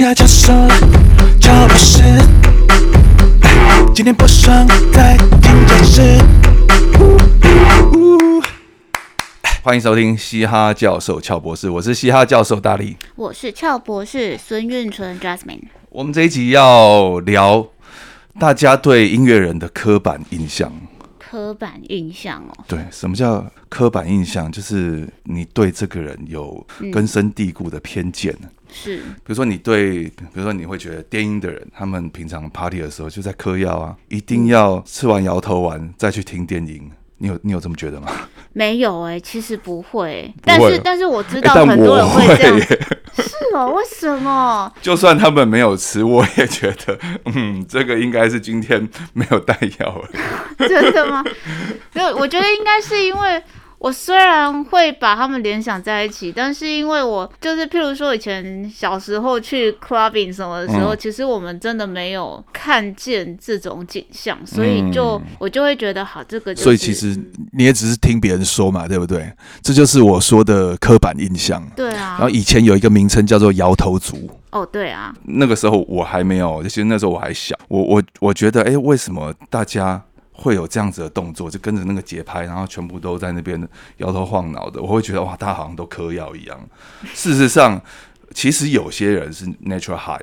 要叫声乔老师，哎今天不爽再听解释。呜呜欢迎收听嘻哈教授俏博士，我是嘻哈教授大力。我是俏博士孙运纯 Jasmine。我们这一集要聊大家对音乐人的刻板印象。刻板印象哦，对，什么叫刻板印象？就是你对这个人有嗯根深蒂固的偏见。是比如说你对，比如说你会觉得电音的人，他们平常 party 的时候就在嗑药啊，一定要吃完摇头丸再去听电音。你有你有这么 觉得吗？没有哎、其实不会欸、不但会是哦但是我知哎道但很多人我会这样，耶是哦，为什么？ 就算他们没有吃，我也觉得，嗯，这个应该是今天没有带药了。真的吗？没有，我觉得应该是因为我虽然会把他们联想在一起，但是因为我就是譬如说以前小时候去 clubbing 什么的时候，嗯其实我们真的没有看见这种景象，所以就、我就会觉得好，这个就是、所以其实你也只是听别人说嘛，对不对？这就是我说的刻板印象。对然啊后，以前有一个名称叫做摇头族，哦对啊，那个时候我还没有，其实那时候我还小，我我我觉得，哎、为什么大家会有这样子的动作，就跟着那个节拍，然后全部都在那边摇头晃脑的，我会觉得哇，大家好像都嗑药一样。事实上，其实有些人是 natural high，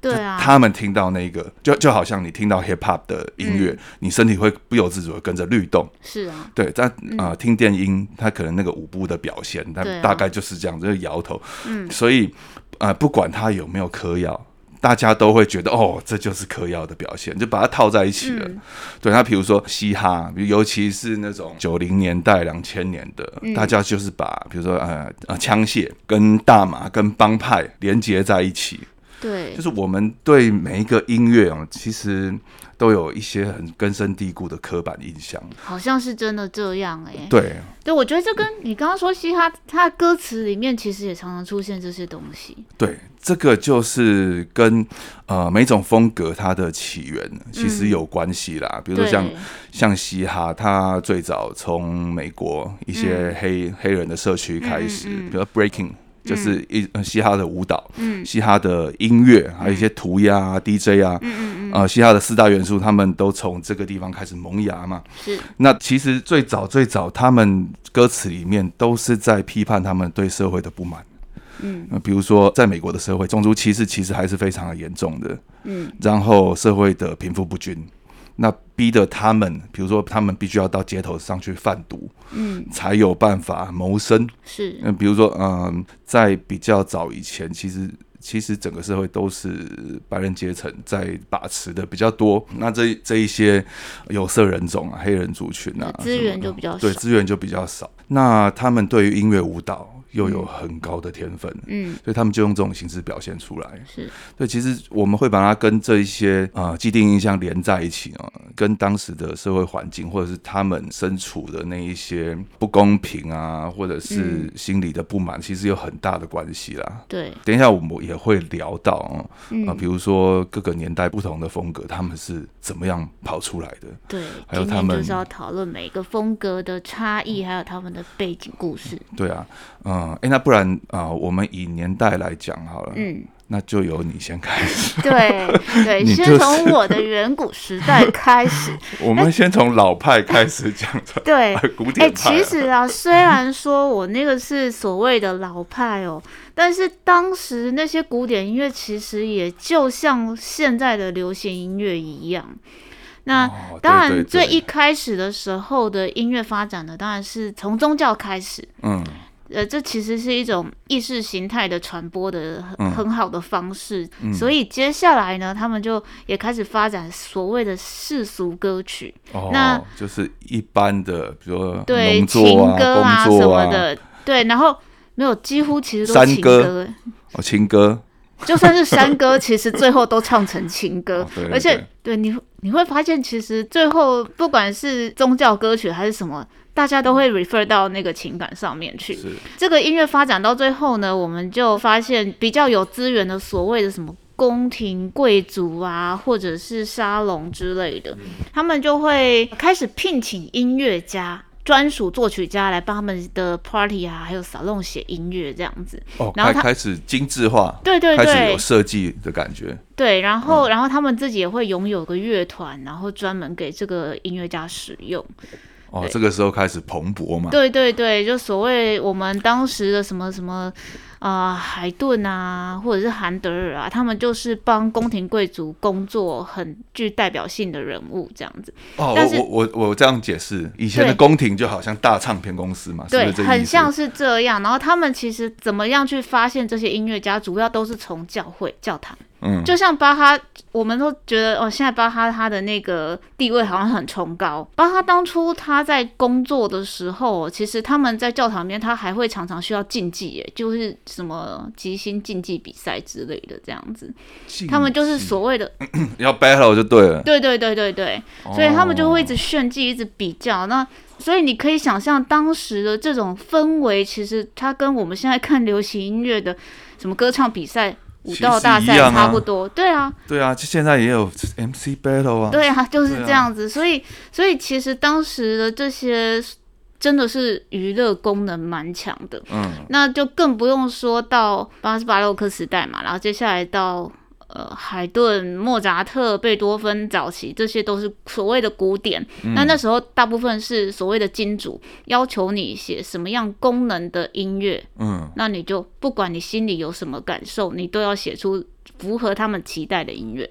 对就啊，他们听到那个，就就好像你听到 hip hop 的音嗯乐，你身体会不由自主的跟着律动。是啊，对，但啊、呃听电音，它可能那个舞步的表现，它对啊大概就是这样，就是摇头。嗯，所以呃，不管它有没有嗑药，大家都会觉得哦，这就是嗑药的表现，就把它套在一起嗯了。对，那比如说嘻哈，比如尤其是那种九零年代、两千年的，嗯大家就是把比如说呃呃枪械跟大麻跟帮派连接在一起，对就，是我们对每一个音乐啊，其实都有一些很根深蒂固的刻板印象。好像是真的这样哎、对。对，我觉得这跟你刚刚说嘻哈，它的歌词里面其实也常常出现这些东西。对，这个就是跟呃每种风格它的起源其实有关系啦。比如嗯说对，像像嘻哈，它最早从美国一些黑、黑人的社区开始，嗯嗯嗯嗯比如说 breaking。就是一呃嘻哈的舞蹈，嗯嘻哈的音乐，还有一些涂鸦啊、DJ 啊，嗯嗯嗯，呃，嘻哈的四大元素，他们都从这个地方开始萌芽嘛。是那其实最早最早，他们歌词里面都是在批判他们对社会的不满。嗯呃，比如说在美国的社会，种族歧视其实还是非常的严重的，嗯，然后社会的贫富不均，那逼得他们，比如说他们必须要到街头上去贩毒，嗯才有办法谋生。是嗯、比如说，嗯、在比较早以前，其实。其实整个社会都是白人阶层在把持的比较多，那这这一些有色人种啊、黑人族群啊，资什源么就比较少对。资源就比较少。那他们对于音乐舞蹈又有很高的天分，嗯，所以他们就用这种形式表现出来。是对，其实我们会把它跟这一些呃既定印象连在一起啊、跟当时的社会环境或者是他们身处的那一些不公平啊，或者嗯是心理的不满，其实有很大的关系啦。对，等一下我们也会聊到啊、嗯、呃比如说各个年代不同的风格，他们是怎么样跑出来的。对。还有今他天们就是要讨论每一个风格的差异，还有他们的背景故事。对啊，嗯、呃，哎，那不然啊、呃我们以年代来讲好了，嗯，那就由你先开始， 对对，你先就是从我的远古时代开 始。我们先从老派开始讲的。对，古哎、典派、啊。其实啊，虽然说我那个是所谓的老派哦，但是当时那些古典音乐其实也就像现在的流行音乐一样。那、哦当对然，对最对一开始的时候的音乐发展呢，当然是从宗教开始。嗯呃，这其实是一种意识形态的传播的嗯很很好的方式，所以接下来呢，他们就也开始发展所谓的世俗歌曲。哦，那就是一般的，比如说对农情作啊、歌啊工什作么啊，的，对，然后没有几乎其实都山是情歌歌，哦，情歌，就算是山歌，其实最后都唱成情歌， 哦对对而且对你你会发现，其实最后不管是宗教歌曲还是什么。大家都会 refer 到那个情感上面去。是这个音乐发展到最后呢，我们就发现比较有资源的所谓的什么宫廷贵族啊，或者是沙龙之类的，他们就会开始聘请音乐家专属作曲家来帮他们的 party 啊，还有 salon 写音乐这样子。哦，然后开他开始精致化，对对开始对有嗯设计的感觉。对，然后、然后他们自己也会拥有个乐团，然后专门给这个音乐家使用。哦，对这个时候开始蓬勃嘛。对对对，就所谓我们当时的什么什么啊、呃海顿啊，或者是韩德尔啊，他们就是帮宫廷贵族工作很具代表性的人物这样子。哦，但是我我我我这样解释，以前的对宫廷就好像大唱片公司嘛，是不对，是这意思？很像是这样。然后他们其实怎么样去发现这些音乐家，主要都是从教会、教堂。嗯，就像巴哈，我们都觉得哦，现在巴哈他的那个地位好像很崇高。巴哈当初他在工作的时候，其实他们在教堂里面，他还会常常需要竞技，耶，就是什么即兴竞技比赛之类的这样子。他们就是所谓的，要 battle 就对了。对对对对对，所以他们就会一直哦炫技，一直比较。那所以你可以想象当时的这种氛围，其实它跟我们现在看流行音乐的什么歌唱比赛、舞其蹈实大一赛样差啊不多。对啊，对啊，就现在也有 MC battle 啊。对啊，就是对啊这样子。所以，所以其实当时的这些真的是娱乐功能蛮强的。嗯，那就更不用说到巴斯巴洛克时代嘛，然后接下来到呃海顿、莫扎特、贝多芬早期，这些都是所谓的古典。那那时候大部分是所谓的金主要求你写什么样功能的音乐，嗯那你就不管你心里有什么感受，你都要写出符合他们期待的音乐。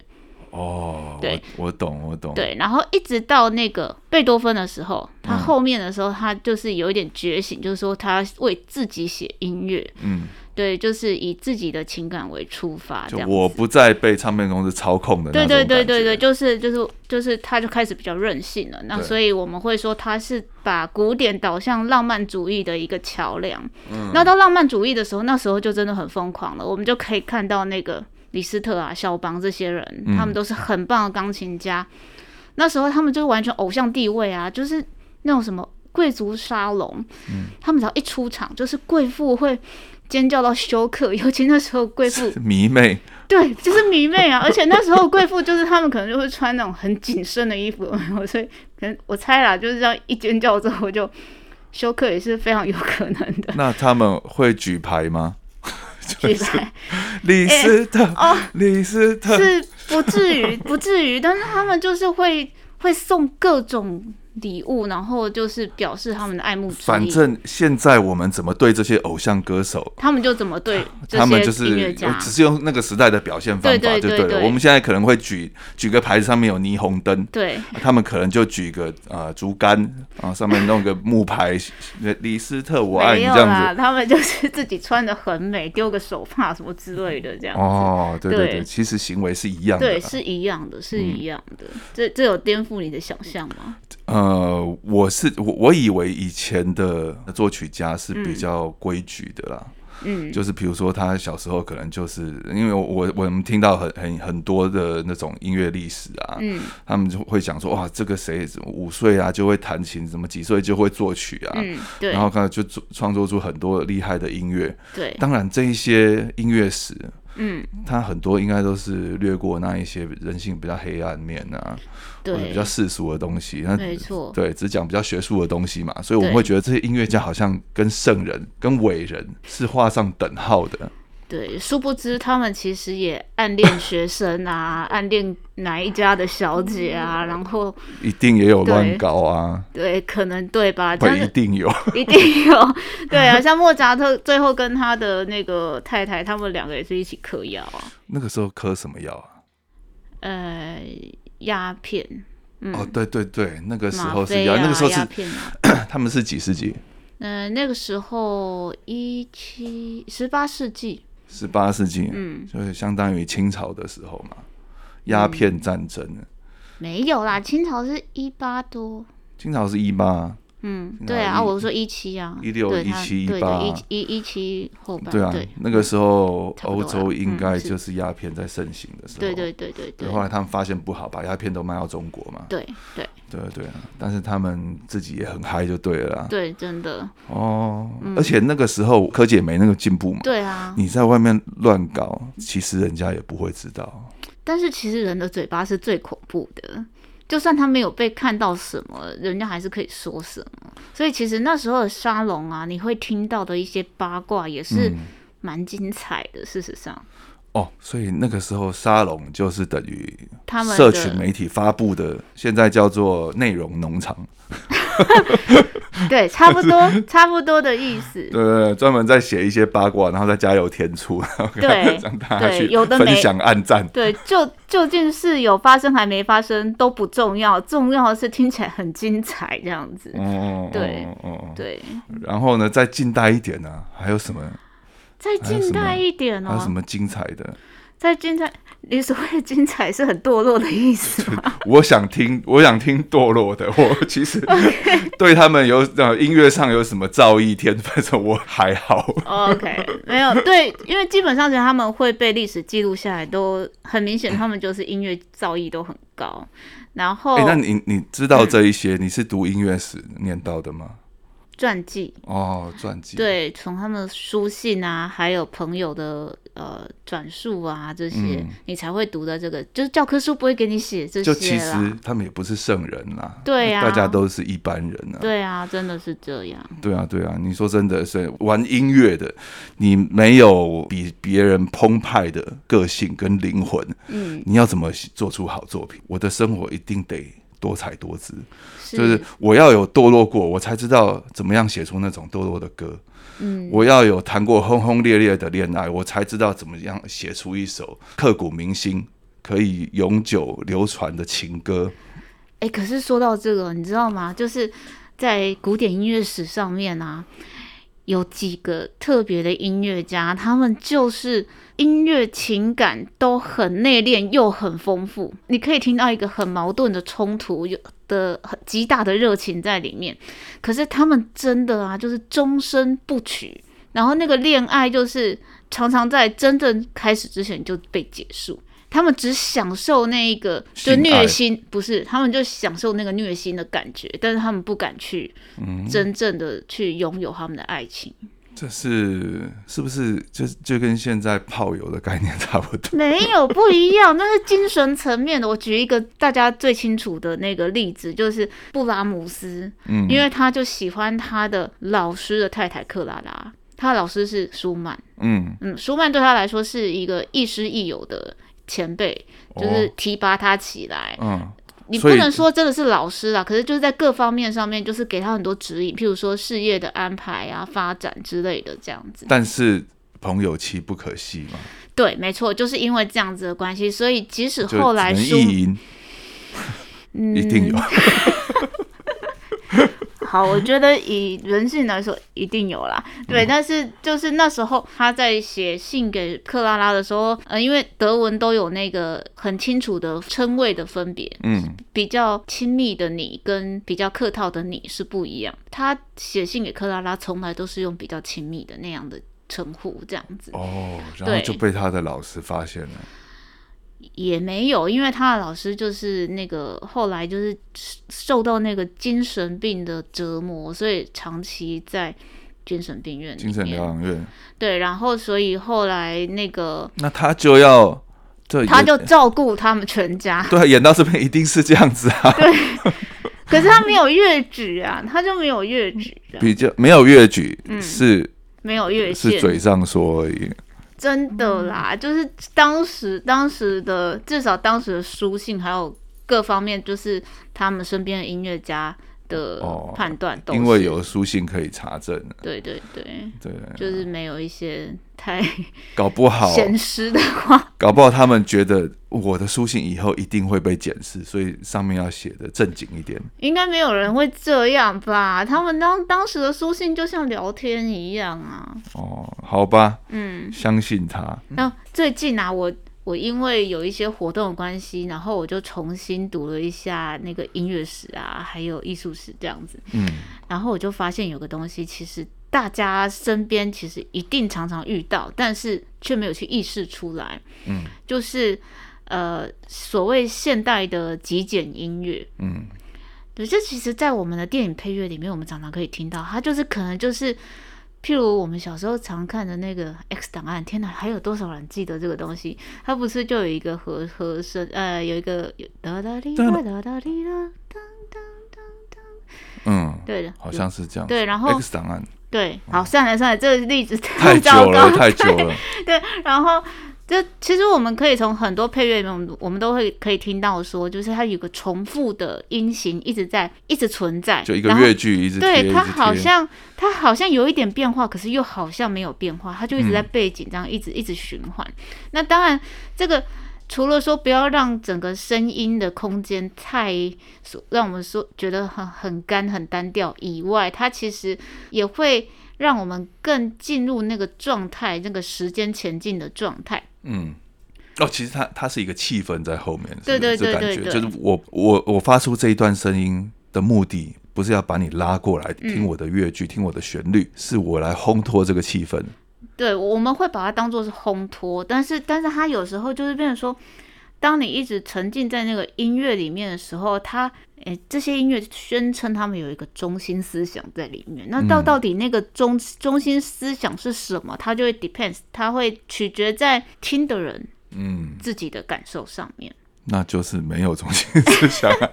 哦，对我，我懂，我懂。，对，然后一直到那个贝多芬的时候，他后面的时候，他就是有一点觉醒，就是说他为自己写音乐，嗯，对，就是以自己的情感为出发，这就样子我不再被唱片公司操控的那对种对对感觉对对，，就是就是就是，他就开始比较任性了。那对所以我们会说，他是把古典导向浪漫主义的一个桥梁。嗯那到浪漫主义的时候，那时候就真的很疯狂了。我们就可以看到那个李斯特啊、肖邦这些人，嗯他们都是很棒的钢琴家。那时候他们就完全偶像地位啊，就是那种什么贵族沙龙，嗯他们只要一出场，就是贵妇会尖叫到休克， 尤其那时候贵妇迷妹。对，就是迷妹啊！而且那时候贵妇就是她们可能就会穿那种很紧身的衣服， 然后所以可能我猜啦，就是这样一尖叫之后就休克也是非常有可能的 那他们会举牌 吗？举牌李斯特，哦，李斯特， 是不至于，不至于，但是他们就是会会送各种礼物，然后就是表示他们的爱慕之意。反正现在我们怎么对这些偶像歌手，他们就怎么对他们这就些音乐是家，只是用那个时代的表现方对法对就对对了。对嗯我们现在可能会举举个牌子，上面有霓虹灯，对他们可能就举个呃竹竿啊，上面弄个木牌， 李斯特我爱你没有这样啦，子。他们就是自己穿的很美，丢个手帕什么之类的这样子。哦，对对对对，其实行为是一样的对，啦。嗯是一样的，是一样的。这这有颠覆你的想象吗？呃，我是我我以为以前的作曲家是比较规矩的啦。嗯，就是比如说他小时候可能就是因为我我我们听到很很很多的那种音乐历史啊，嗯，他们就会讲说哇，这个谁五岁啊就会弹琴，怎么几岁就会作曲啊，嗯，对然后看就创创作出很多厉害的音乐。对，当然，这一些音乐史，嗯，它很多应该都是略过那一些人性比较黑暗面啊，或者对比较，世俗的东西。那没错对，只讲比较学术的东西嘛，所以我们对会觉得这些音乐家好像跟圣人、跟伟人是画上等号的。对。殊不知他们其实也暗恋学生啊，暗恋哪一家的小姐啊，然后一定也有乱搞啊，对，可能对吧？会真一的定有。 一定有，对啊，像莫扎特最后跟他的那个太太，他们两个也是一起嗑药啊，那个时候嗑什么药啊？呃，鸦片。嗯哦，对对对，那个时吗候是啡药，啊，那个时候鸦是片啊。 他们是几世纪？嗯、那个时候一七十八世纪，十八世纪，嗯，就是相当于清朝的时候嘛，鸦片战争。没有啦，清朝是一八多，清朝是一八，嗯，清朝对啊，啊一我说一七啊， 16对它17对18对，一一一七后半，啊对啊，那个时候差不欧多啦洲应该嗯是就是鸦片在盛行的时候。对对对对对对后来他们发现不好，把鸦片都卖到中国嘛。对对对对啊，但是他们自己也很嗨就对了啦。对，真的，哦，而且那个时候科技也没那个进步嘛。对啊。你在外面乱搞，其实人家也不会知道。但是其实人的嘴巴是最恐怖的，就算他没有被看到什么，人家还是可以说什么。所以其实那时候的沙龙啊，你会听到的一些八卦也是嗯蛮精彩的。事实上，哦，所以那个时候沙龙就是等于他们社的群媒体发布的，现在叫做内容农场， 对，差不多差不多的意思。对对对，专门在写一些八卦，然后再加油添醋，然后对让大家对去有的没分享、暗赞。对， 就究竟是有发生还没发生都不重要，重要的是听起来很精彩这样子。嗯，嗯对嗯嗯嗯对，嗯。然后呢，再近代一点呢、还有什么？再还有近什么代一点还有什哦，么精彩的？再近代，你所谓的精彩是很堕落的意思吗？我想听， 我想听堕落的。我 其实对他们有呃音乐上有什么造诣天分，反正我还好。 OK，没有对，因为基本上其实他们会被历史记录下来，都很明显，他们就是音乐造诣都很高。然后哎、那你你知道这一些？嗯你是读音乐史念到的吗？传记，哦，传记。，对，从他们的书信啊，还有朋友的呃转述啊这些，嗯你才会读的这个，就是教科书不会给你写这就其些实啦。他们也不是圣人啦，对啊大家都是一般人啊。对啊，真的是这样。对啊，对啊，你说真的是玩音乐的，你没有比别人澎湃的个性跟灵魂，嗯，你要怎么做出好作品？我的生活一定得多彩多姿，是就是我要有堕落过，我才知道怎么样写出那种堕落的歌。嗯，我要有谈过轰轰烈烈的恋爱，我才知道怎么样写出一首刻骨铭心、可以永久流传的情歌。哎、可是说到这个，你知道吗？就是在古典音乐史上面啊，有几个特别的音乐家，他们就是音乐情感都很内敛又很丰富，你可以听到一个很矛盾的冲突，有的很极大的热情在里面。可是他们真的啊，就是终身不娶，然后那个恋爱就是常常在真正开始之前就被结束。他们只享受那一个就性爱虐心，不是他们就享受那个虐心的感觉，但是他们不敢去真正的去拥有他们的爱情。这是是不是就就跟现在炮友的概念差不多？没有不一样，那是精神层面的。我举一个大家最清楚的那个例子，就是布拉姆斯，嗯因为他就喜欢他的老师的太太克拉拉，他的老师是舒曼，嗯，嗯，舒曼对他来说是一个亦师亦友的前辈，就是提拔他起来。嗯，你所不以能说真的是老师啦，可是就是在各方面上面，就是给他很多指引，譬如说事业的安排啊、发展之类的这样子。但是朋友妻不可惜嘛，对，没错，就是因为这样子的关系，所以即使就后来只能舒嗯意淫，一 定有。好，我觉得以人性来说，一定有啦。嗯对，但是就是那时候他在写信给克拉拉的时候，呃，因为德文都有那个很清楚的称谓的分别，嗯，比较亲密的你跟比较客套的你是不一样。他写信给克拉拉，从来都是用比较亲密的那样的称呼，这样子哦，然后对就被他的老师发现了。也没有，因为他的老师就是那个后来就是受到那个精神病的折磨，所以长期在。精神病院里面，精神疗养嗯院，对，然后所以后来那个那他就要，这他演，就照顾他们全家对啊演到这边一定是这样子 啊，可是他没有越举啊，他就没有越举、啊，比较没有越举，是没有越嗯是嗯线，嘴上说而已。真的啦，就是当时当时的至少当时的书信还有各方面，就是他们身边的音乐家的哦判断都是、因为有嗯书信可以查证，啊对对对，对，就是没有一些太搞不 好闲湿的话，搞不好他们觉得我的书信以后一定会被检视，所以上面要写的正经一点。应该没有人会这样吧？他们当当时的书信就像聊天一样啊，哦，好吧，嗯。相信他。那最近啊，我我因为有一些活动的关系，然后我就重新读了一下那个音乐史啊，还有艺术史这样子。嗯，然后我就发现有个东西，其实大家身边其实一定常常遇到，但是却没有去意识出来。嗯，就是呃，所谓现代的极简音乐。嗯，对，这其实，在我们的电影配乐里面，我们常常可以听到，它就是可能就是譬如我们小时候常看的那个《X 档案》，天哪，还有多少人记得这个东西？它不是就有一个和和声，呃，有一个有哒哒哩啊哒哒哒哩啦，当当当当，嗯，对的，好像是这样。对然后 X 档案对，好，算了算了，这个例子太太久糟糕了，太久 了。对，然后这其实我们可以从很多配乐里面，我们我们都会可以听到说，就是它有个重复的音型一直在一直存在，就一个然后越剧一直贴，对一它直好贴像它好像有一点变化，可是又好像没有变化，它就一直在嗯背景这样、一直一直循环。那当然，这个除了说不要让整个声音的空间太让我们说觉得很很干很单调以外，它其实也会让我们更进入那个状态，那个时间前进的状态。嗯。哦，其实它它是一个气氛在后面，是对不是对对这感对觉对就是我我我发出这一段声音的目的，不是要把你拉过来嗯听我的乐句、听我的旋律，是我来烘托这个气氛。对，我们会把它当做是烘托，但是但是它有时候就是变成说，当你一直沉浸在那个音乐里面的时候，它诶这些音乐宣称他们有一个中心思想在里面，那到到底那个中、中心思想是什么，它就会 depends，它会取决在听的人嗯，自己的感受上面。那就是没有中心思想、 啊。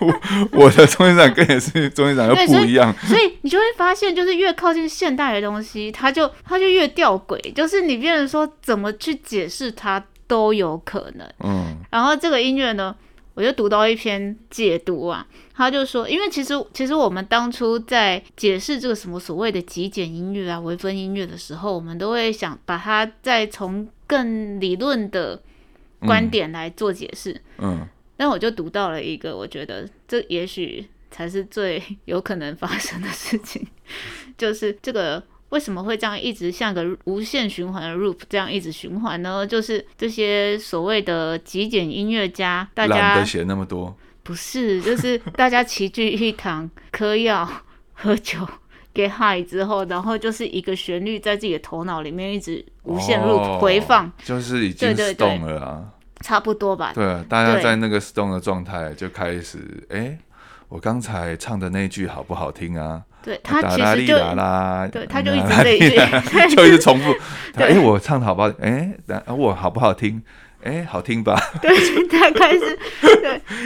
我我的中心思想跟你是中心思想又对所不以一样。所以你就会发现，就是越靠近现代的东西，它就它就越吊诡，就是你变成说怎么去解释它都有可能。嗯然后这个音乐呢，我就读到一篇解读啊，他就说，因为其实其实我们当初在解释这个什么所谓的极简音乐啊、微分音乐的时候，我们都会想把它再从更理论的观点来做解释。嗯，但我就读到了一个，我觉得这也许才是最 有可能发生的事情，就是这个为什么会这样一直像个无限循环的 loop 这样一直循环呢？就是这些所谓的极简音乐家，大懒家得写那么多。不是，就是大家齐聚一堂，嗑药、喝酒、get high 之后，然后就是一个旋律在自己的头脑里面一直无限 loop 哦回放，就是已对经对对 stone 了啊。差不多吧？对，啊大家对在那个 stone 的状态就开始，哎、我刚才唱的那句好不好听啊？对，他哒其啦实哩就 啦啦，对啦他就一直啦这一哩句啦啦 就一直重复。哎、 对诶我唱的好不好？哎、那啊我好不好听？哎、好听吧？ 对，大概是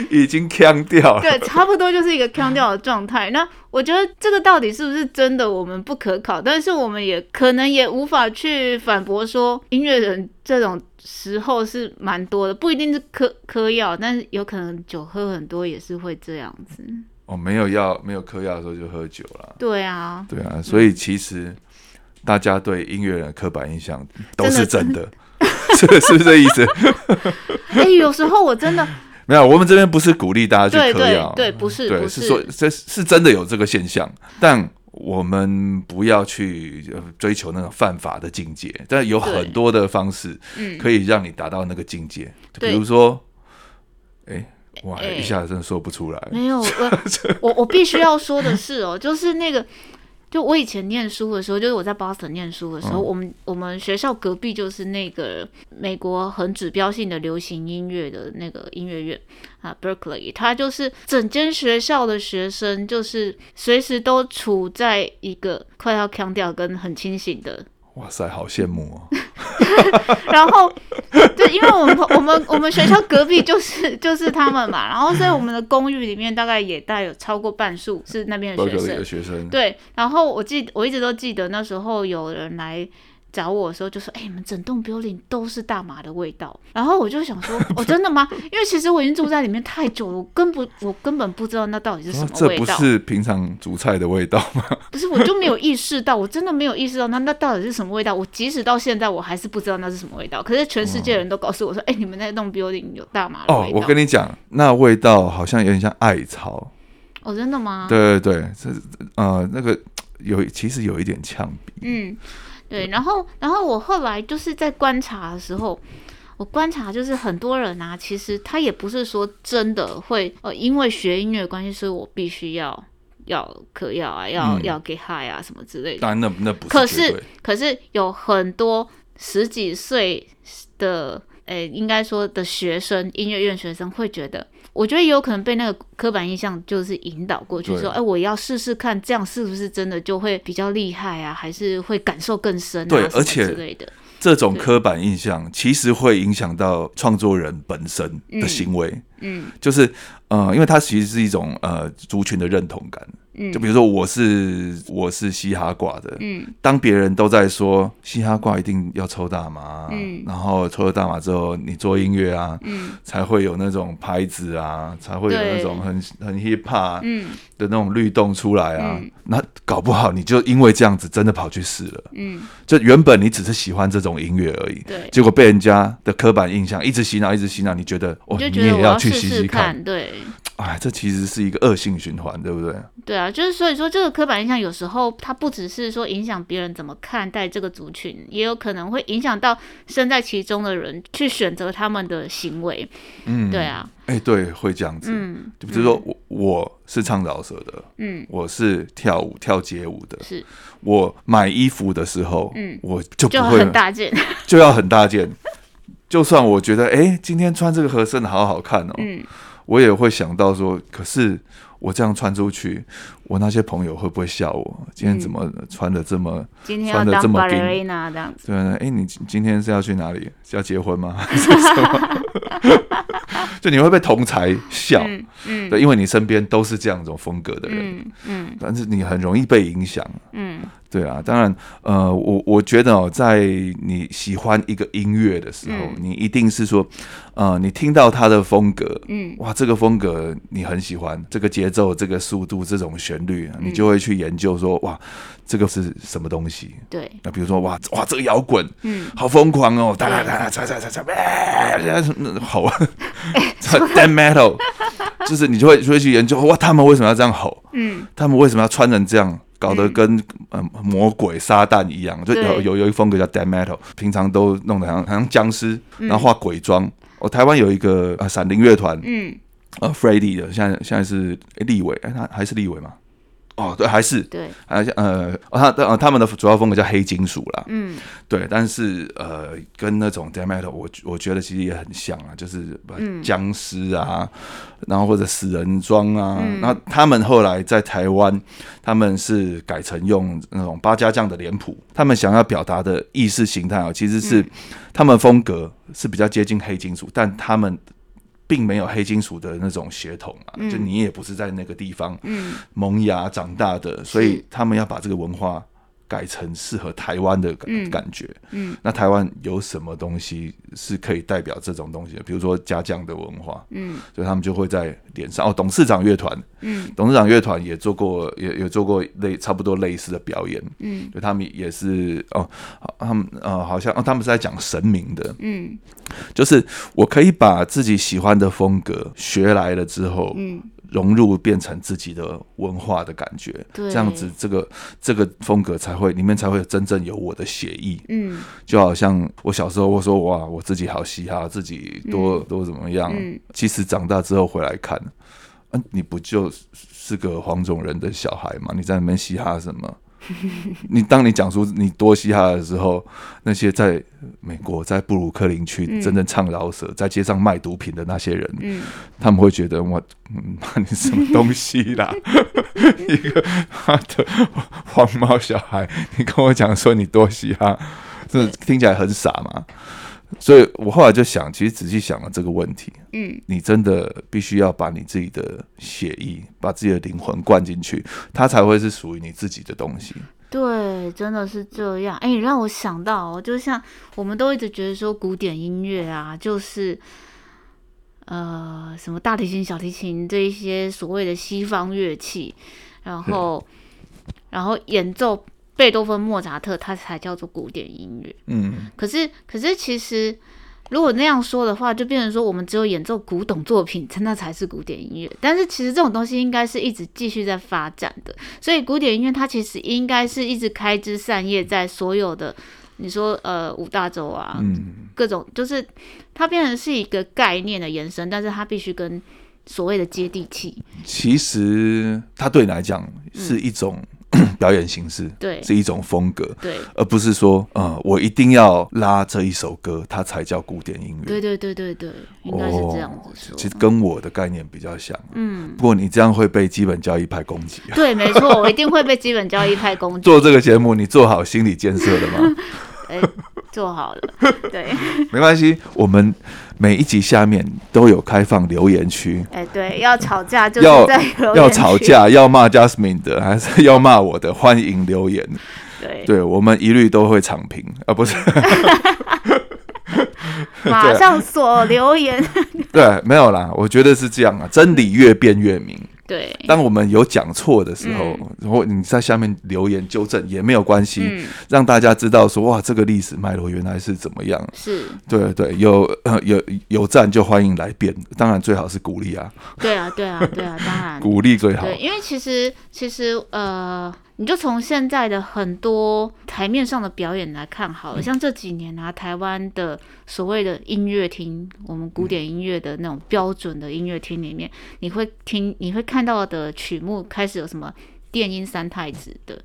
已经腔掉 了。对，差不多就是一个腔调的状态。那我觉得这个到底是不是真的，我们不可考，但是我们也可能也无法去反驳说，音乐人这种时候是蛮多的，不一定是嗑嗑药，但是有可能酒喝很多也是会这样子。哦，没有药，没有嗑药的时候就喝酒了。对啊，对啊，所以其实大家对音乐人的刻板印象都是真的， 是是不是这意思？哎、有时候我真 的没有，我们这边不是鼓励大家去对嗑对药，对，不是啊对，不是说这是真的有这个现象，但我们不要去呃追求那种犯法的境界，但有对很多的方式嗯可以让你达到那个境界，对比如说，哎、我哇，哎一下子真的说不出来，没有，我我我必须要说的是哦，就是那个，就我以前念书的时候，就是我在 Boston 念书的时候，我们我们学校隔壁就是那个美国很指标性的流行音乐的那个音乐院啊，Berkeley，它就是整间学校的学生就是随时都处在一个快要腔掉跟很清醒的哇塞，好羡慕哦，嗯然后就因为我们我们我们学校隔壁就是就是他们嘛，然后所以我们的公寓里面大概也大概有超过半数是那边的各学个的生。学生，对，然后我记我一直都记得那时候有人来。找我的时候就说：“哎、你们整栋 building 都是大麻的味道。”然后我就想说：“哦，真的吗？”因为其实我已经住在里面太久了，我根本我根本不知道那到底是什说么哦这味不道。是平常煮菜的味道吗？不是，我就没有意识到，我真的没有意识到那那到底是什么味道。我即使到现在，我还是不知道那是什么味道。可是全世界人都告诉我说：“哎、你们那栋 building 有大麻的哦味，道。我跟你讲，那味道好像有点像艾草，哦，真的吗？，对对对，这呃那个有其实有一点呛鼻，嗯，对。然后，然后我后来就是在观察的时候，我观察就是很多人啊，其实他也不是说真的会呃，因为学音乐的关系，所以我必须要要嗑药啊，要、嗯要给 high 啊什么之类的。但那那不可绝对是可是有很多十几岁的诶、应该说的学生，音乐院学生会觉得，我觉得也有可能被那个刻板印象就是引导过去，对说，哎、我要试试看，这样是不是真的就会比较厉害啊，还是会感受更深啊，对什么而且之类的，这种对刻板印象其实会影响到创作人本身的行为，嗯就是呃，因为它其实是一种呃族群的认同感。嗯就比如说我是我是嘻哈挂的，嗯当别人都在说嘻哈挂一定要抽大麻，嗯然后抽了大麻之后你做音乐啊，嗯才会有那种拍子啊，才会有对那种很很 hip hop 的嗯那种律动出来啊。嗯那搞不好你就因为这样子真的跑去试了，嗯，就原本你只是喜欢这种音乐而已。对，结果被人家的刻板印象一直洗脑，一直洗脑，你觉得哦，你就你觉得也我要去试洗试洗看，看，对。哎，这其实是一个恶性循环，对不对？对啊，就是所以说，这个刻板印象有时候它不只是说影响别人怎么看待这个族群，也有可能会影响到身在其中的人去选择他们的行为。嗯，对，啊，哎，对，会这样子。嗯就比如说我我是唱饶舌的，嗯，我是跳舞跳街舞的，是我买衣服的时候，嗯我就不就会啊很大件， 就要很大件。就算我觉得哎、今天穿这个合身的好好看哦，嗯，我也会想到说，可是我这样穿出去，我那些朋友会不会笑我？今天怎么穿的这么？今天要穿得当这么紧 ballerina 这样子，对啊，哎，你今今天是要去哪里？是要结婚吗？ 还是什么？ 就你会被同才笑，嗯嗯对，因为你身边都是这样一种风格的人，嗯嗯但是你很容易被影响。嗯对啊，当然，呃，我我觉得哦，在你喜欢一个音乐的时候，嗯你一定是说，呃，你听到它的风格，嗯哇，这个风格你很喜欢，这个节奏、这个速度、这种旋律，嗯你就会去研究说，哇，这个是什么东西？对，那比如说，哇哇，这个摇滚，嗯，好疯狂哦！哒哒哒哒哒哒哒哒，哎，吼，d e a d metal，就是你就会就会去研究哇，他们为什么要这样吼？嗯，他们为什么要穿成这样，搞得跟呃魔鬼撒旦一样？就有对有有一风格叫 dead metal，平常都弄得好像好像僵尸，然后画鬼妆。哦，台湾有一个呃闪灵乐团，嗯呃 f r e d d y 的，现在现在是诶立伟，哎，他还是立伟吗？哦，对，还是对，还是呃，哦他呃他们的主要风格叫黑金属啦。嗯对，但是呃，跟那种 death metal，我我觉得其实也很像啊，就是呃僵尸啊，然后或者死人装啊，那、他们后来在台湾，他们是改成用那种八家将的脸谱，他们想要表达的意识形态啊，其实是、他们风格是比较接近黑金属，但他们。并没有黑金属的那种血统啊，就你也不是在那个地方嗯萌芽长大的，所以他们要把这个文化改成适合台湾的感、嗯感觉。嗯，那台湾有什么东西是可以代表这种东西的？比如说家将的文化，嗯所以他们就会在脸上哦。董事长乐团，嗯董事长乐团也做过，也也做过类差不多类似的表演。嗯就他们也是哦，好他们呃，好像哦，他们是在讲神明的，嗯就是我可以把自己喜欢的风格学来了之后，嗯，融入变成自己的文化的感觉，对这样子这个这个风格才会里面才会真正有我的写意。嗯就好像我小时候我说哇，我自己好嘻哈，自己多、多怎么样，嗯其实长大之后回来看，嗯、你不就是个黄种人的小孩吗？你在那边嘻哈什么？ 你当你讲出你多嘻哈的时候，那些在美国、在布鲁克林区真正唱饶舌、在街上卖毒品的那些人，嗯他们会觉得 我，嗯，妈你什么东西啦？一个妈的黄毛小孩，你跟我讲说你多嘻哈，这听起来很傻嘛。所以我后来就想，其实仔细想了这个问题，嗯你真的必须要把你自己的血意、把自己的灵魂灌进去，它才会是属于你自己的东西。对，真的是这样。哎、你让我想到哦，就像我们都一直觉得说古典音乐啊，就是呃什么大提琴、小提琴这一些所谓的西方乐器，然后然后演奏贝多芬、莫扎特，它才叫做古典音乐。嗯，可是可是其实。如果那样说的话，就变成说我们只有演奏古董作品，那才是古典音乐。但是其实这种东西应该是一直继续在发展的，所以古典音乐它其实应该是一直开枝散叶在所有的，你说呃五大洲啊，嗯，各种就是它变成是一个概念的延伸，但是它必须跟所谓的接地气，其实它对你来讲是一种、 表演形式，嗯对是一种风格，对而不是说，呃，我一定要拉这一首歌，它才叫古典音乐。对对对对对，应该是这样哦子其实说。跟我的概念比较像，啊嗯，不过你这样会被基本教义派攻击。 对，没错，我一定会被基本教义派攻击。做这个节目，你做好心理建设了吗？ 哎，做好了，对，没关系，我们每一集下面都有开放留言区，哎对，要吵架就是要在留言要吵区，架，要骂 Jasmine 的，还是要骂我的，欢迎留言。对，对我们一律都会躺平啊，不是 啊马上锁留言， 对，没有啦，我觉得是这样啊，真理越辩越明。对，当我们有讲错的时候，然后你在下面留言纠正也没有关系，嗯让大家知道说哇，这个历史脉络原来是怎么样。是，对对，有、呃有有赞就欢迎来辩，当然最好是鼓励啊，对啊，对啊，对啊，当然，鼓励最好。对，因为其实其实呃，你就从现在的很多台面上的表演来看好嗯了，像这几年啊，台湾的所谓的音乐厅，我们嗯古典音乐的那种标准的音乐厅里面，你会听你会看到的曲目开始有什么电音三太子的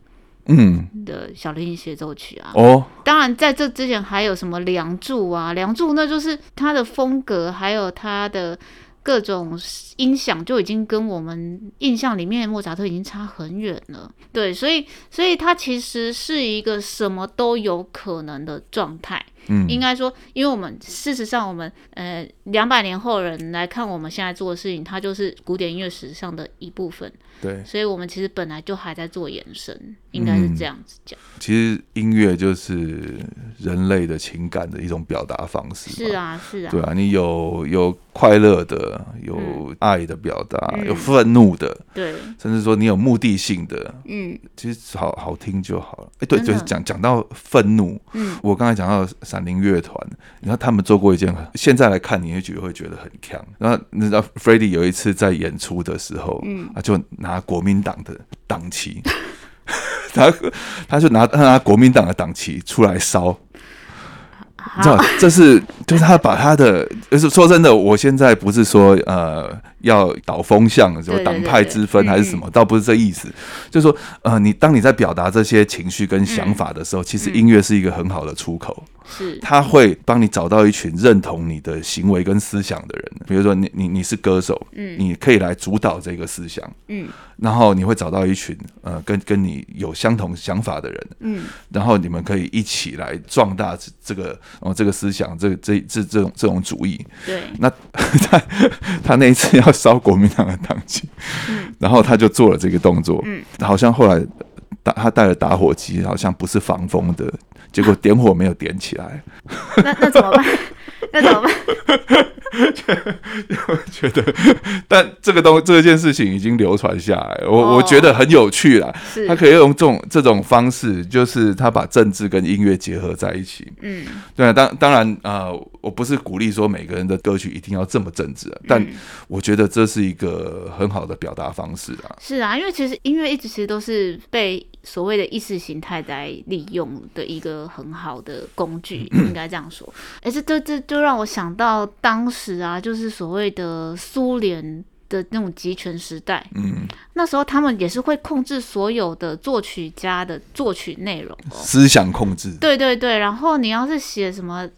嗯，的小提琴协奏曲啊，哦，当然，在这之前还有什么《梁祝》啊，《梁祝》那就是它的风格，还有它的各种音响就已经跟我们印象里面的莫扎特已经差很远了。对，所以所以它其实是一个什么都有可能的状态。嗯应该说，因为我们事实上我们呃两百年后人来看我们现在做的事情，它就是古典音乐史上的一部分，对，所以我们其实本来就还在做延伸，应该是嗯这样子讲。其实音乐就是人类的情感的一种表达方式。是。啊，是啊，对啊，你有有快乐的，有嗯爱的表达，嗯有愤怒的，对，甚至说你有目的性的，嗯。其实好好听就好了。哎、对真的对，讲讲到愤怒，嗯，我刚才讲到闪灵乐团，然后他们做过一件，现在来看你会觉得会觉得很强。然后你知道 f r e d d y 有一次在演出的时候，嗯，他就拿国民党的党旗， 他他就拿他拿国民党的党旗出来烧。啊你知道，这是就是他把他的，就是说真的，我现在不是说呃要导风向，有对对党派之分对嗯还是什么，倒不是这意思。就是说，呃，你当你在表达这些情嗯绪跟想法的时候，其实音乐是一个很好的出口，是，它会帮你找到一群认同你的行为跟思想的人。比如说你，你你是歌手，嗯，你可以来主导这个思想，嗯，然后你会找到一群呃跟跟你有相同想法的人，嗯，然后你们可以一起来壮大这这个哦这个思想，这个这这这种这种主义。对，那 他他那一次要烧国民党的党旗，嗯然后他就做了这个动作，好像后来打他带了打火机，好像不是防风的，结果点火没有点起来， 那那怎么办？ 那怎么办？ 觉得，但这个东这件事情已经流传下来了，我、哦我觉得很有趣啦。是他可以用这种这种方式，就是他把政治跟音乐结合在一起。嗯，对啊，当当然呃，我不是鼓励说每个人的歌曲一定要这么政治、啊，但嗯我觉得这是一个很好的表达方式啊。是啊，因为其实音乐一直其实都是被所谓的意识形态在利用的一个很好的工 具，应该这样说。哎、这这这就让我想到当时啊，就是所谓的苏联的那种集权时代，嗯，那时候他们也是会控制所有的作曲家的作曲内容哦。思想控制，对对对，然后你要是写什么，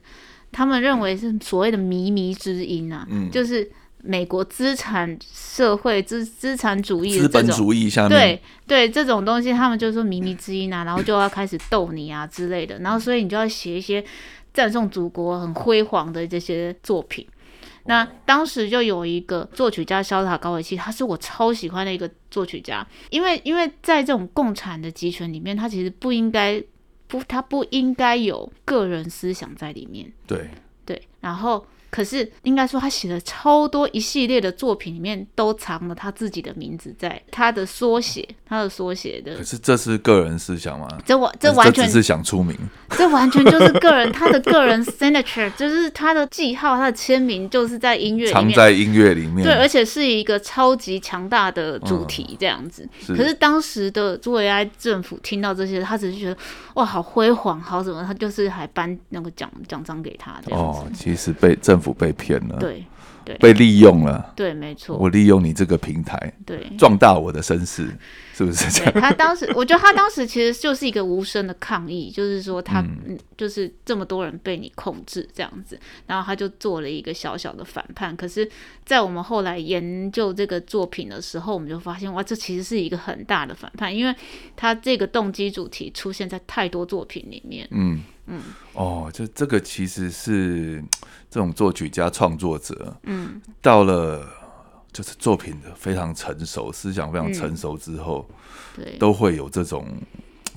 他们认为是所谓的靡靡之音啊，嗯就是美国资产社会资资产主义的资这本种。主义下面对对，这种东西他们就说靡靡之音啊，然后就要开始逗你啊之类的，然后所以你就要写一些赞颂祖国很辉煌的这些作品。那当时就有一个作曲家肖塔高维奇，他是我超喜欢的一个作曲家，因为因为在这种共产的集权里面，他其实不应该不，他不应该有个人思想在里面。对对，然后可是应该说他写了超多一系列的作品，里面都藏了他自己的名字在，他的缩写，他的缩写的可。是这是个人思想吗？这完这完全只是想出名，这完全就是个人他的个人 signature，就是他的记号，他的签名就是在音乐里藏面，在嗯音乐里面。对，而且是一个超级强大的主题这样子。嗯是可是当时的苏维埃政府听到这些，他只是觉得哇好辉煌，好什么，哦他就是还颁那个奖奖章给他这样子。哦，其实被政府被骗了。对，对被利用了，对，没错，我利用你这个平台对。壮大我的身世，是不是这对样？他当时，我觉得他当时其实就是一个无声的抗议，就是说他、嗯、就是这么多人被你控制这样子，然后他就做了一个小小的反叛。可是，在我们后来研究这个作品的时候，我们就发现哇，这其实是一个很大的反叛，因为他这个动机主题出现在太多作品里面。嗯哦，这这个其实是这种作曲家创作者，嗯，到了就是作品的非常成熟，思想非常成熟之嗯后，对都会有这种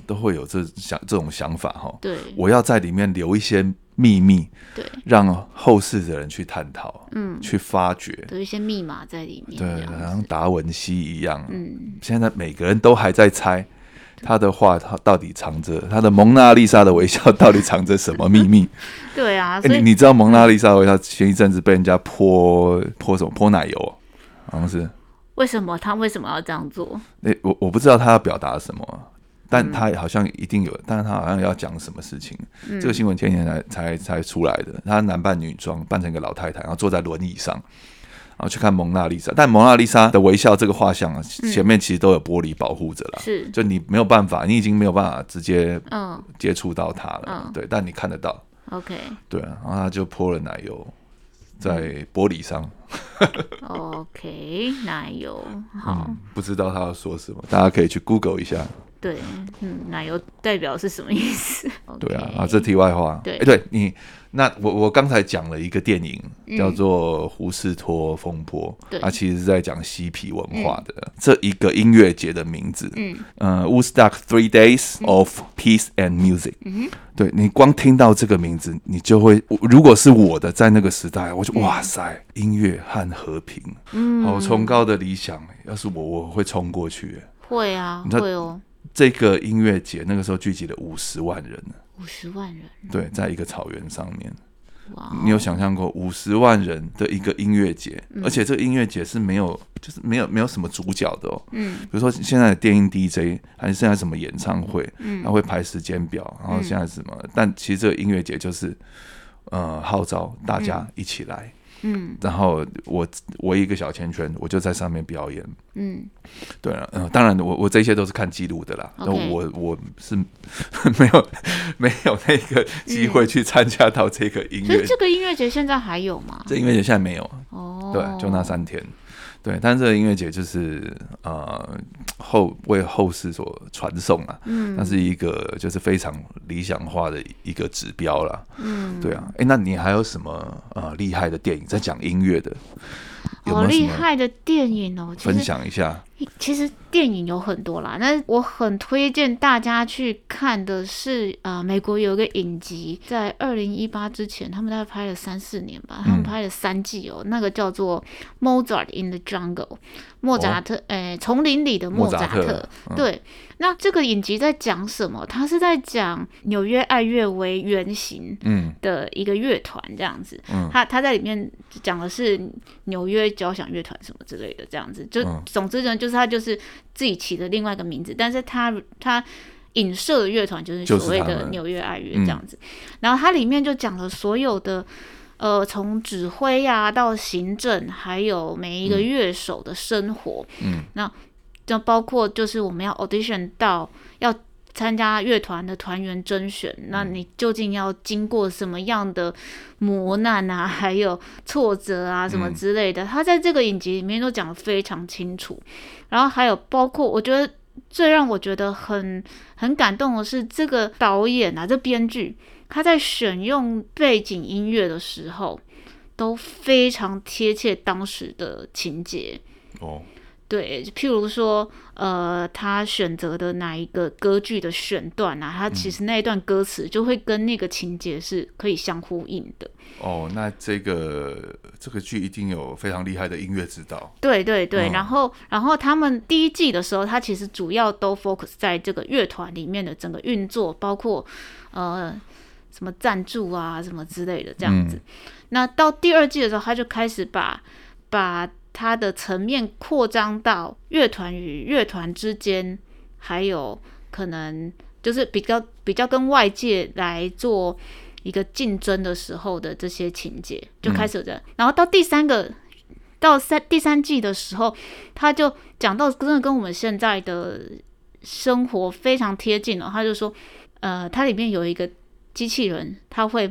都会有这想这种想法哈。对我要在里面留一些秘密，对，让后世的人去探讨，嗯，去发掘。有一些密码在里面。对，这好样像子达文西一样，嗯，现在每个人都还在猜他的画，他到底藏着他的蒙娜丽莎的微笑到底藏着什么秘 密？对啊，哎、所以 你你知道蒙娜丽莎的微笑前一阵子被人家泼泼什么泼奶油哦、好像是。为什么他为什么要这样做？那、我我不知道他要表达什么，嗯但他好像一定有，但是他好像要讲什么事情。嗯这个新闻前几天才才才出来的，他男扮女装，扮成一个老太太，然后坐在轮椅上，然后去看蒙娜丽莎。但蒙娜丽莎的微笑这个画像啊，前面其实都有玻璃保护着啦，嗯是就你没有办法，你已经没有办法直接嗯接触到它了，嗯对，但你看得到， ，OK，对啊，然后他就泼了奶油嗯在玻璃上， OK，奶油好，嗯不知道他要说什么，大家可以去 Google 一下。对，嗯，奶油代表是什么意思？ 对啊， OK 啊，这题外话。对哎对你，那我我刚才讲了一个电影，叫做《胡适托风波》，对它其实是在讲嬉皮文化的、这一个音乐节的名字。嗯，呃，Woodstock Three Days of Peace and Music。嗯对你光听到这个名字，你就会，我如果是我的在那个时代，我就哇塞，音乐和和平，嗯，好崇高的理想。要是我，我会冲过去。会啊，知道会哦，这个音乐节那个时候聚集了五十万人。五十万人对，在一个草原上面，哇，你有想象过五十万人的一个音乐节，而且这个音乐节是没有，就是没有没有什么主角的哦。嗯，比如说现在的电音 DJ，还是现在什么演唱会，嗯，他会排时间表，然后现在什么，但其实这个音乐节就是，呃，号召大家一起来。嗯然后我我一个小圈圈，我就在上面表演。嗯，对啊，嗯、当然我我这些都是看记录的啦。那 OK 我我是 没有没有那个机会去参加到这个音嗯所乐以节，这个音乐节现在还有吗？这音乐节现在没有，哦，对，啊就那三天。对，但这个音乐节就是呃后为后世所传颂啊，嗯，那是一个就是非常理想化的一个指标啦，嗯，对啊，哎，那你还有什么呃厉害的电影在讲音乐的？有好哦没有厉什么害的电影哦，其分实享一下？其实电影有很多啦，但是我很推荐大家去看的是，呃，美国有一个影集，在二零一八之前，他们大概拍了三四年嗯吧，他们拍了三季哦，那个叫做《Mozart in the Jungle》，莫扎特，诶、丛林里的莫扎哦莫扎特嗯对，那这个影集在讲什么？它是在讲纽约爱乐为原型，嗯，的一个乐团这样子，他他在里面讲的是纽约交响乐团什么之类的，这样子就、嗯总之呢，就是他就是自己起的另外一个名字，但是他他影射的乐团就是就是所谓他的们嗯纽约爱乐这样子，然后它里面就讲了所有的。呃，从指挥呀、到行政，还有每一个乐手的生活，嗯，那就包括就是我们要 audition 到要参加乐团的团员甄选，那你究竟要经过什么样的磨难啊， 还有挫折啊什么之类的，他在这个影集里面都讲得非常清楚。然后还有包括，我觉得最让我觉得很很感动的是这个导演啊，这编剧他在选用背景音乐的时候，都非常贴切当时的情节。哦，对，譬如说，呃，他选择的哪一个歌剧的选段啊，他其实那一段歌词就会跟那个情节是可以相呼应的。哦，那这个这个剧一定有非常厉害的音乐指导。对对对，嗯然后然后他们第一季的时候，他其实主要都 focus 在这个乐团里面的整个运作，包括呃什么赞助啊什么之类的这样子。那到第二季的时候，他就开始把把他的层面扩张到乐团与乐团之间，还有可能就是比较比较跟外界来做一个竞争的时候的这些情节，就开始有这样。然后到第三个到三第三季的时候，他就讲到真的跟我们现在的生活非常贴近了。他就说，呃，它里面有一个机器人，它会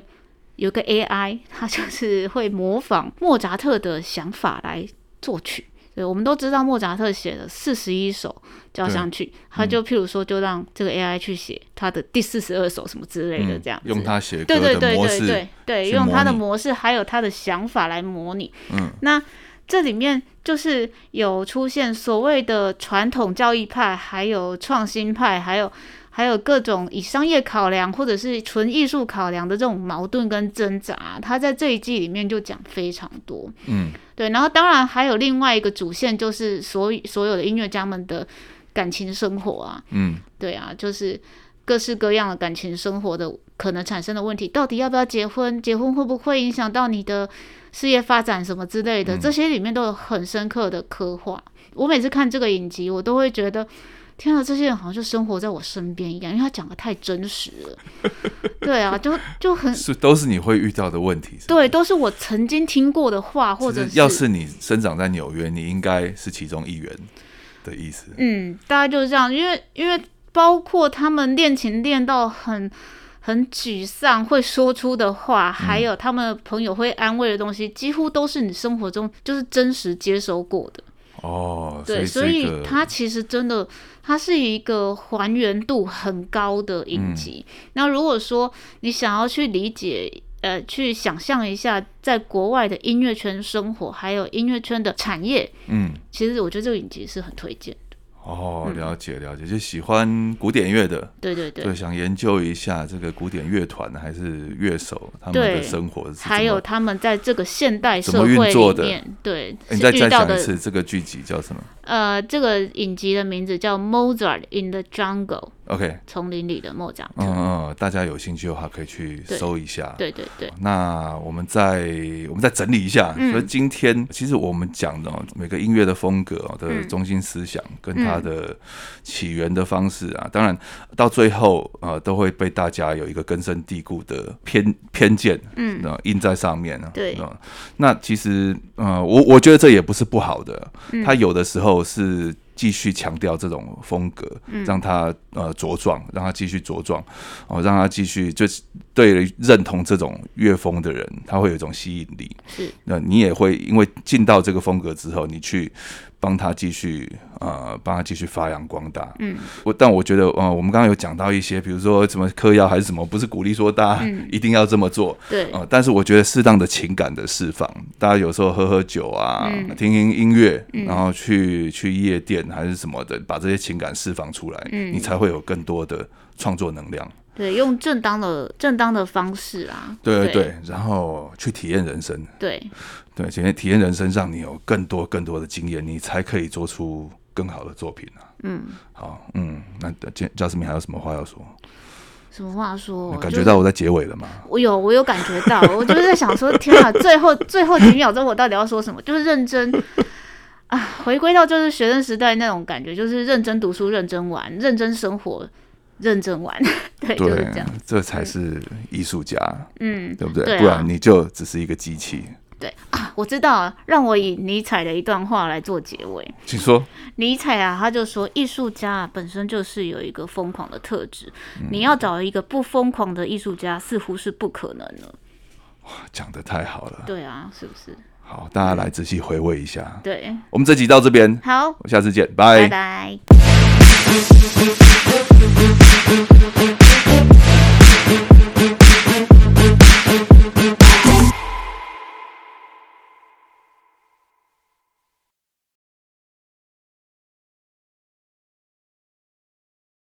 有个 AI，它 就是会模仿莫扎特的想法来作曲。对，我们都知道莫扎特写了四十一首交响曲，他就譬如说，就让这个 AI 去写他的第四十二首什么之类的，这样子、嗯用它写对歌对对的模对式对，对，去用模他的拟模式还有他的想法来模拟。嗯，那这里面就是有出现所谓的传统教义派，还有创新派，还有还有各种以商业考量或者是纯艺术考量的这种矛盾跟挣扎，他在这一季里面就讲非常多。嗯，对，然后当然还有另外一个主线，就是所有所有的音乐家们的感情生活啊，嗯，对啊，就是各式各样的感情生活的可能产生的问题，到底要不要结婚？结婚会不会影响到你的事业发展什么之类的？嗯这些里面都有很深刻的刻画。我每次看这个影集，我都会觉得。天啊，这些人好像就生活在我身边一样，因为他讲的太真实了。 对啊，就就很是都是你会遇到的问题。是吧对，都是我曾经听过的话，或者就是要是你生长在纽约，你应该是其中一员的意思。嗯，大概就是这样，因为因为包括他们练琴练到很很沮丧，会说出的话，还嗯有他们朋友会安慰的东西，几乎都是你生活中就是真实接收过的。哦，对，所以这以个它其实真的，它是一个还原度很高的影集。嗯那如果说你想要去理解，呃，去想象一下在国外的音乐圈生活，还有音乐圈的产业，嗯，其实我觉得这个影集是很推荐的。哦，了解了解，就喜欢古典乐的，对对嗯对对，。想研究一下这个古典乐团还是乐手他们对的生活是怎么，还有他们在这个现代社怎么运会作里的面，对，诶哎你再是遇再到讲的一次这个剧集叫什么呃，这个影集的名字叫《Mozart in the Jungle》， ？OK，丛林里的莫扎特。嗯嗯，大家有兴趣的话可以去对搜一下。对对对，那我们再我们再整理一下，嗯所以今天其实我们讲的、哦、每个音乐的风格、哦、的嗯中心思想跟它的起源的方式啊，当然到最后呃都会被大家有一个根深蒂固的偏偏见，嗯呃，印在上面啊。对呃那其实呃我我觉得这也不是不好的，嗯它有的时候是。继续强调这种风格，嗯让它呃茁壮，让它继续茁壮，哦，让它继续就是对认同这种乐风的人，他会有一种吸引力。是，那你也会因为进到这个风格之后，你去帮他继续呃，帮他继续发扬光大。嗯，我但我觉得呃，我们刚刚有讲到一些，比如说什么嗑药还是什么，不是鼓励说大家一定要这么做。嗯对，呃，但是我觉得适当的情感的释放，大家有时候喝喝酒啊，嗯听听音乐，然后去去夜店还是什么的，把这些情感释放出来，嗯你才会有更多的创作能量。对，用正当的正当的方式啊，对对对对，然后去体验人生，对对，体验体验人生，让你有更多更多的经验，你才可以做出更好的作品啊。嗯，好，嗯，那教教师明还有什么话要说？什么话说？感就觉是到我在结尾了吗？我有，我有感觉到，我就是在想说，天啊，最后最后几秒钟我到底要说什么？就是认真啊，回归到就是学生时代那种感觉，就是认真读书、认真玩、认真生活、认真玩， 对，就是这样。这才是艺术家，嗯，对不对？对啊不然你就只是一个机器。对啊，我知道了，让我以尼采的一段话来做结尾。请说，尼采啊，他就说，艺术家啊本身就是有一个疯狂的特质，你要找一个不疯狂的艺术家，似乎是不可能的。讲的太好了。对啊，是不是？好，大家来仔细回味一下。对，我们这集到这边，好，我下次见，拜拜。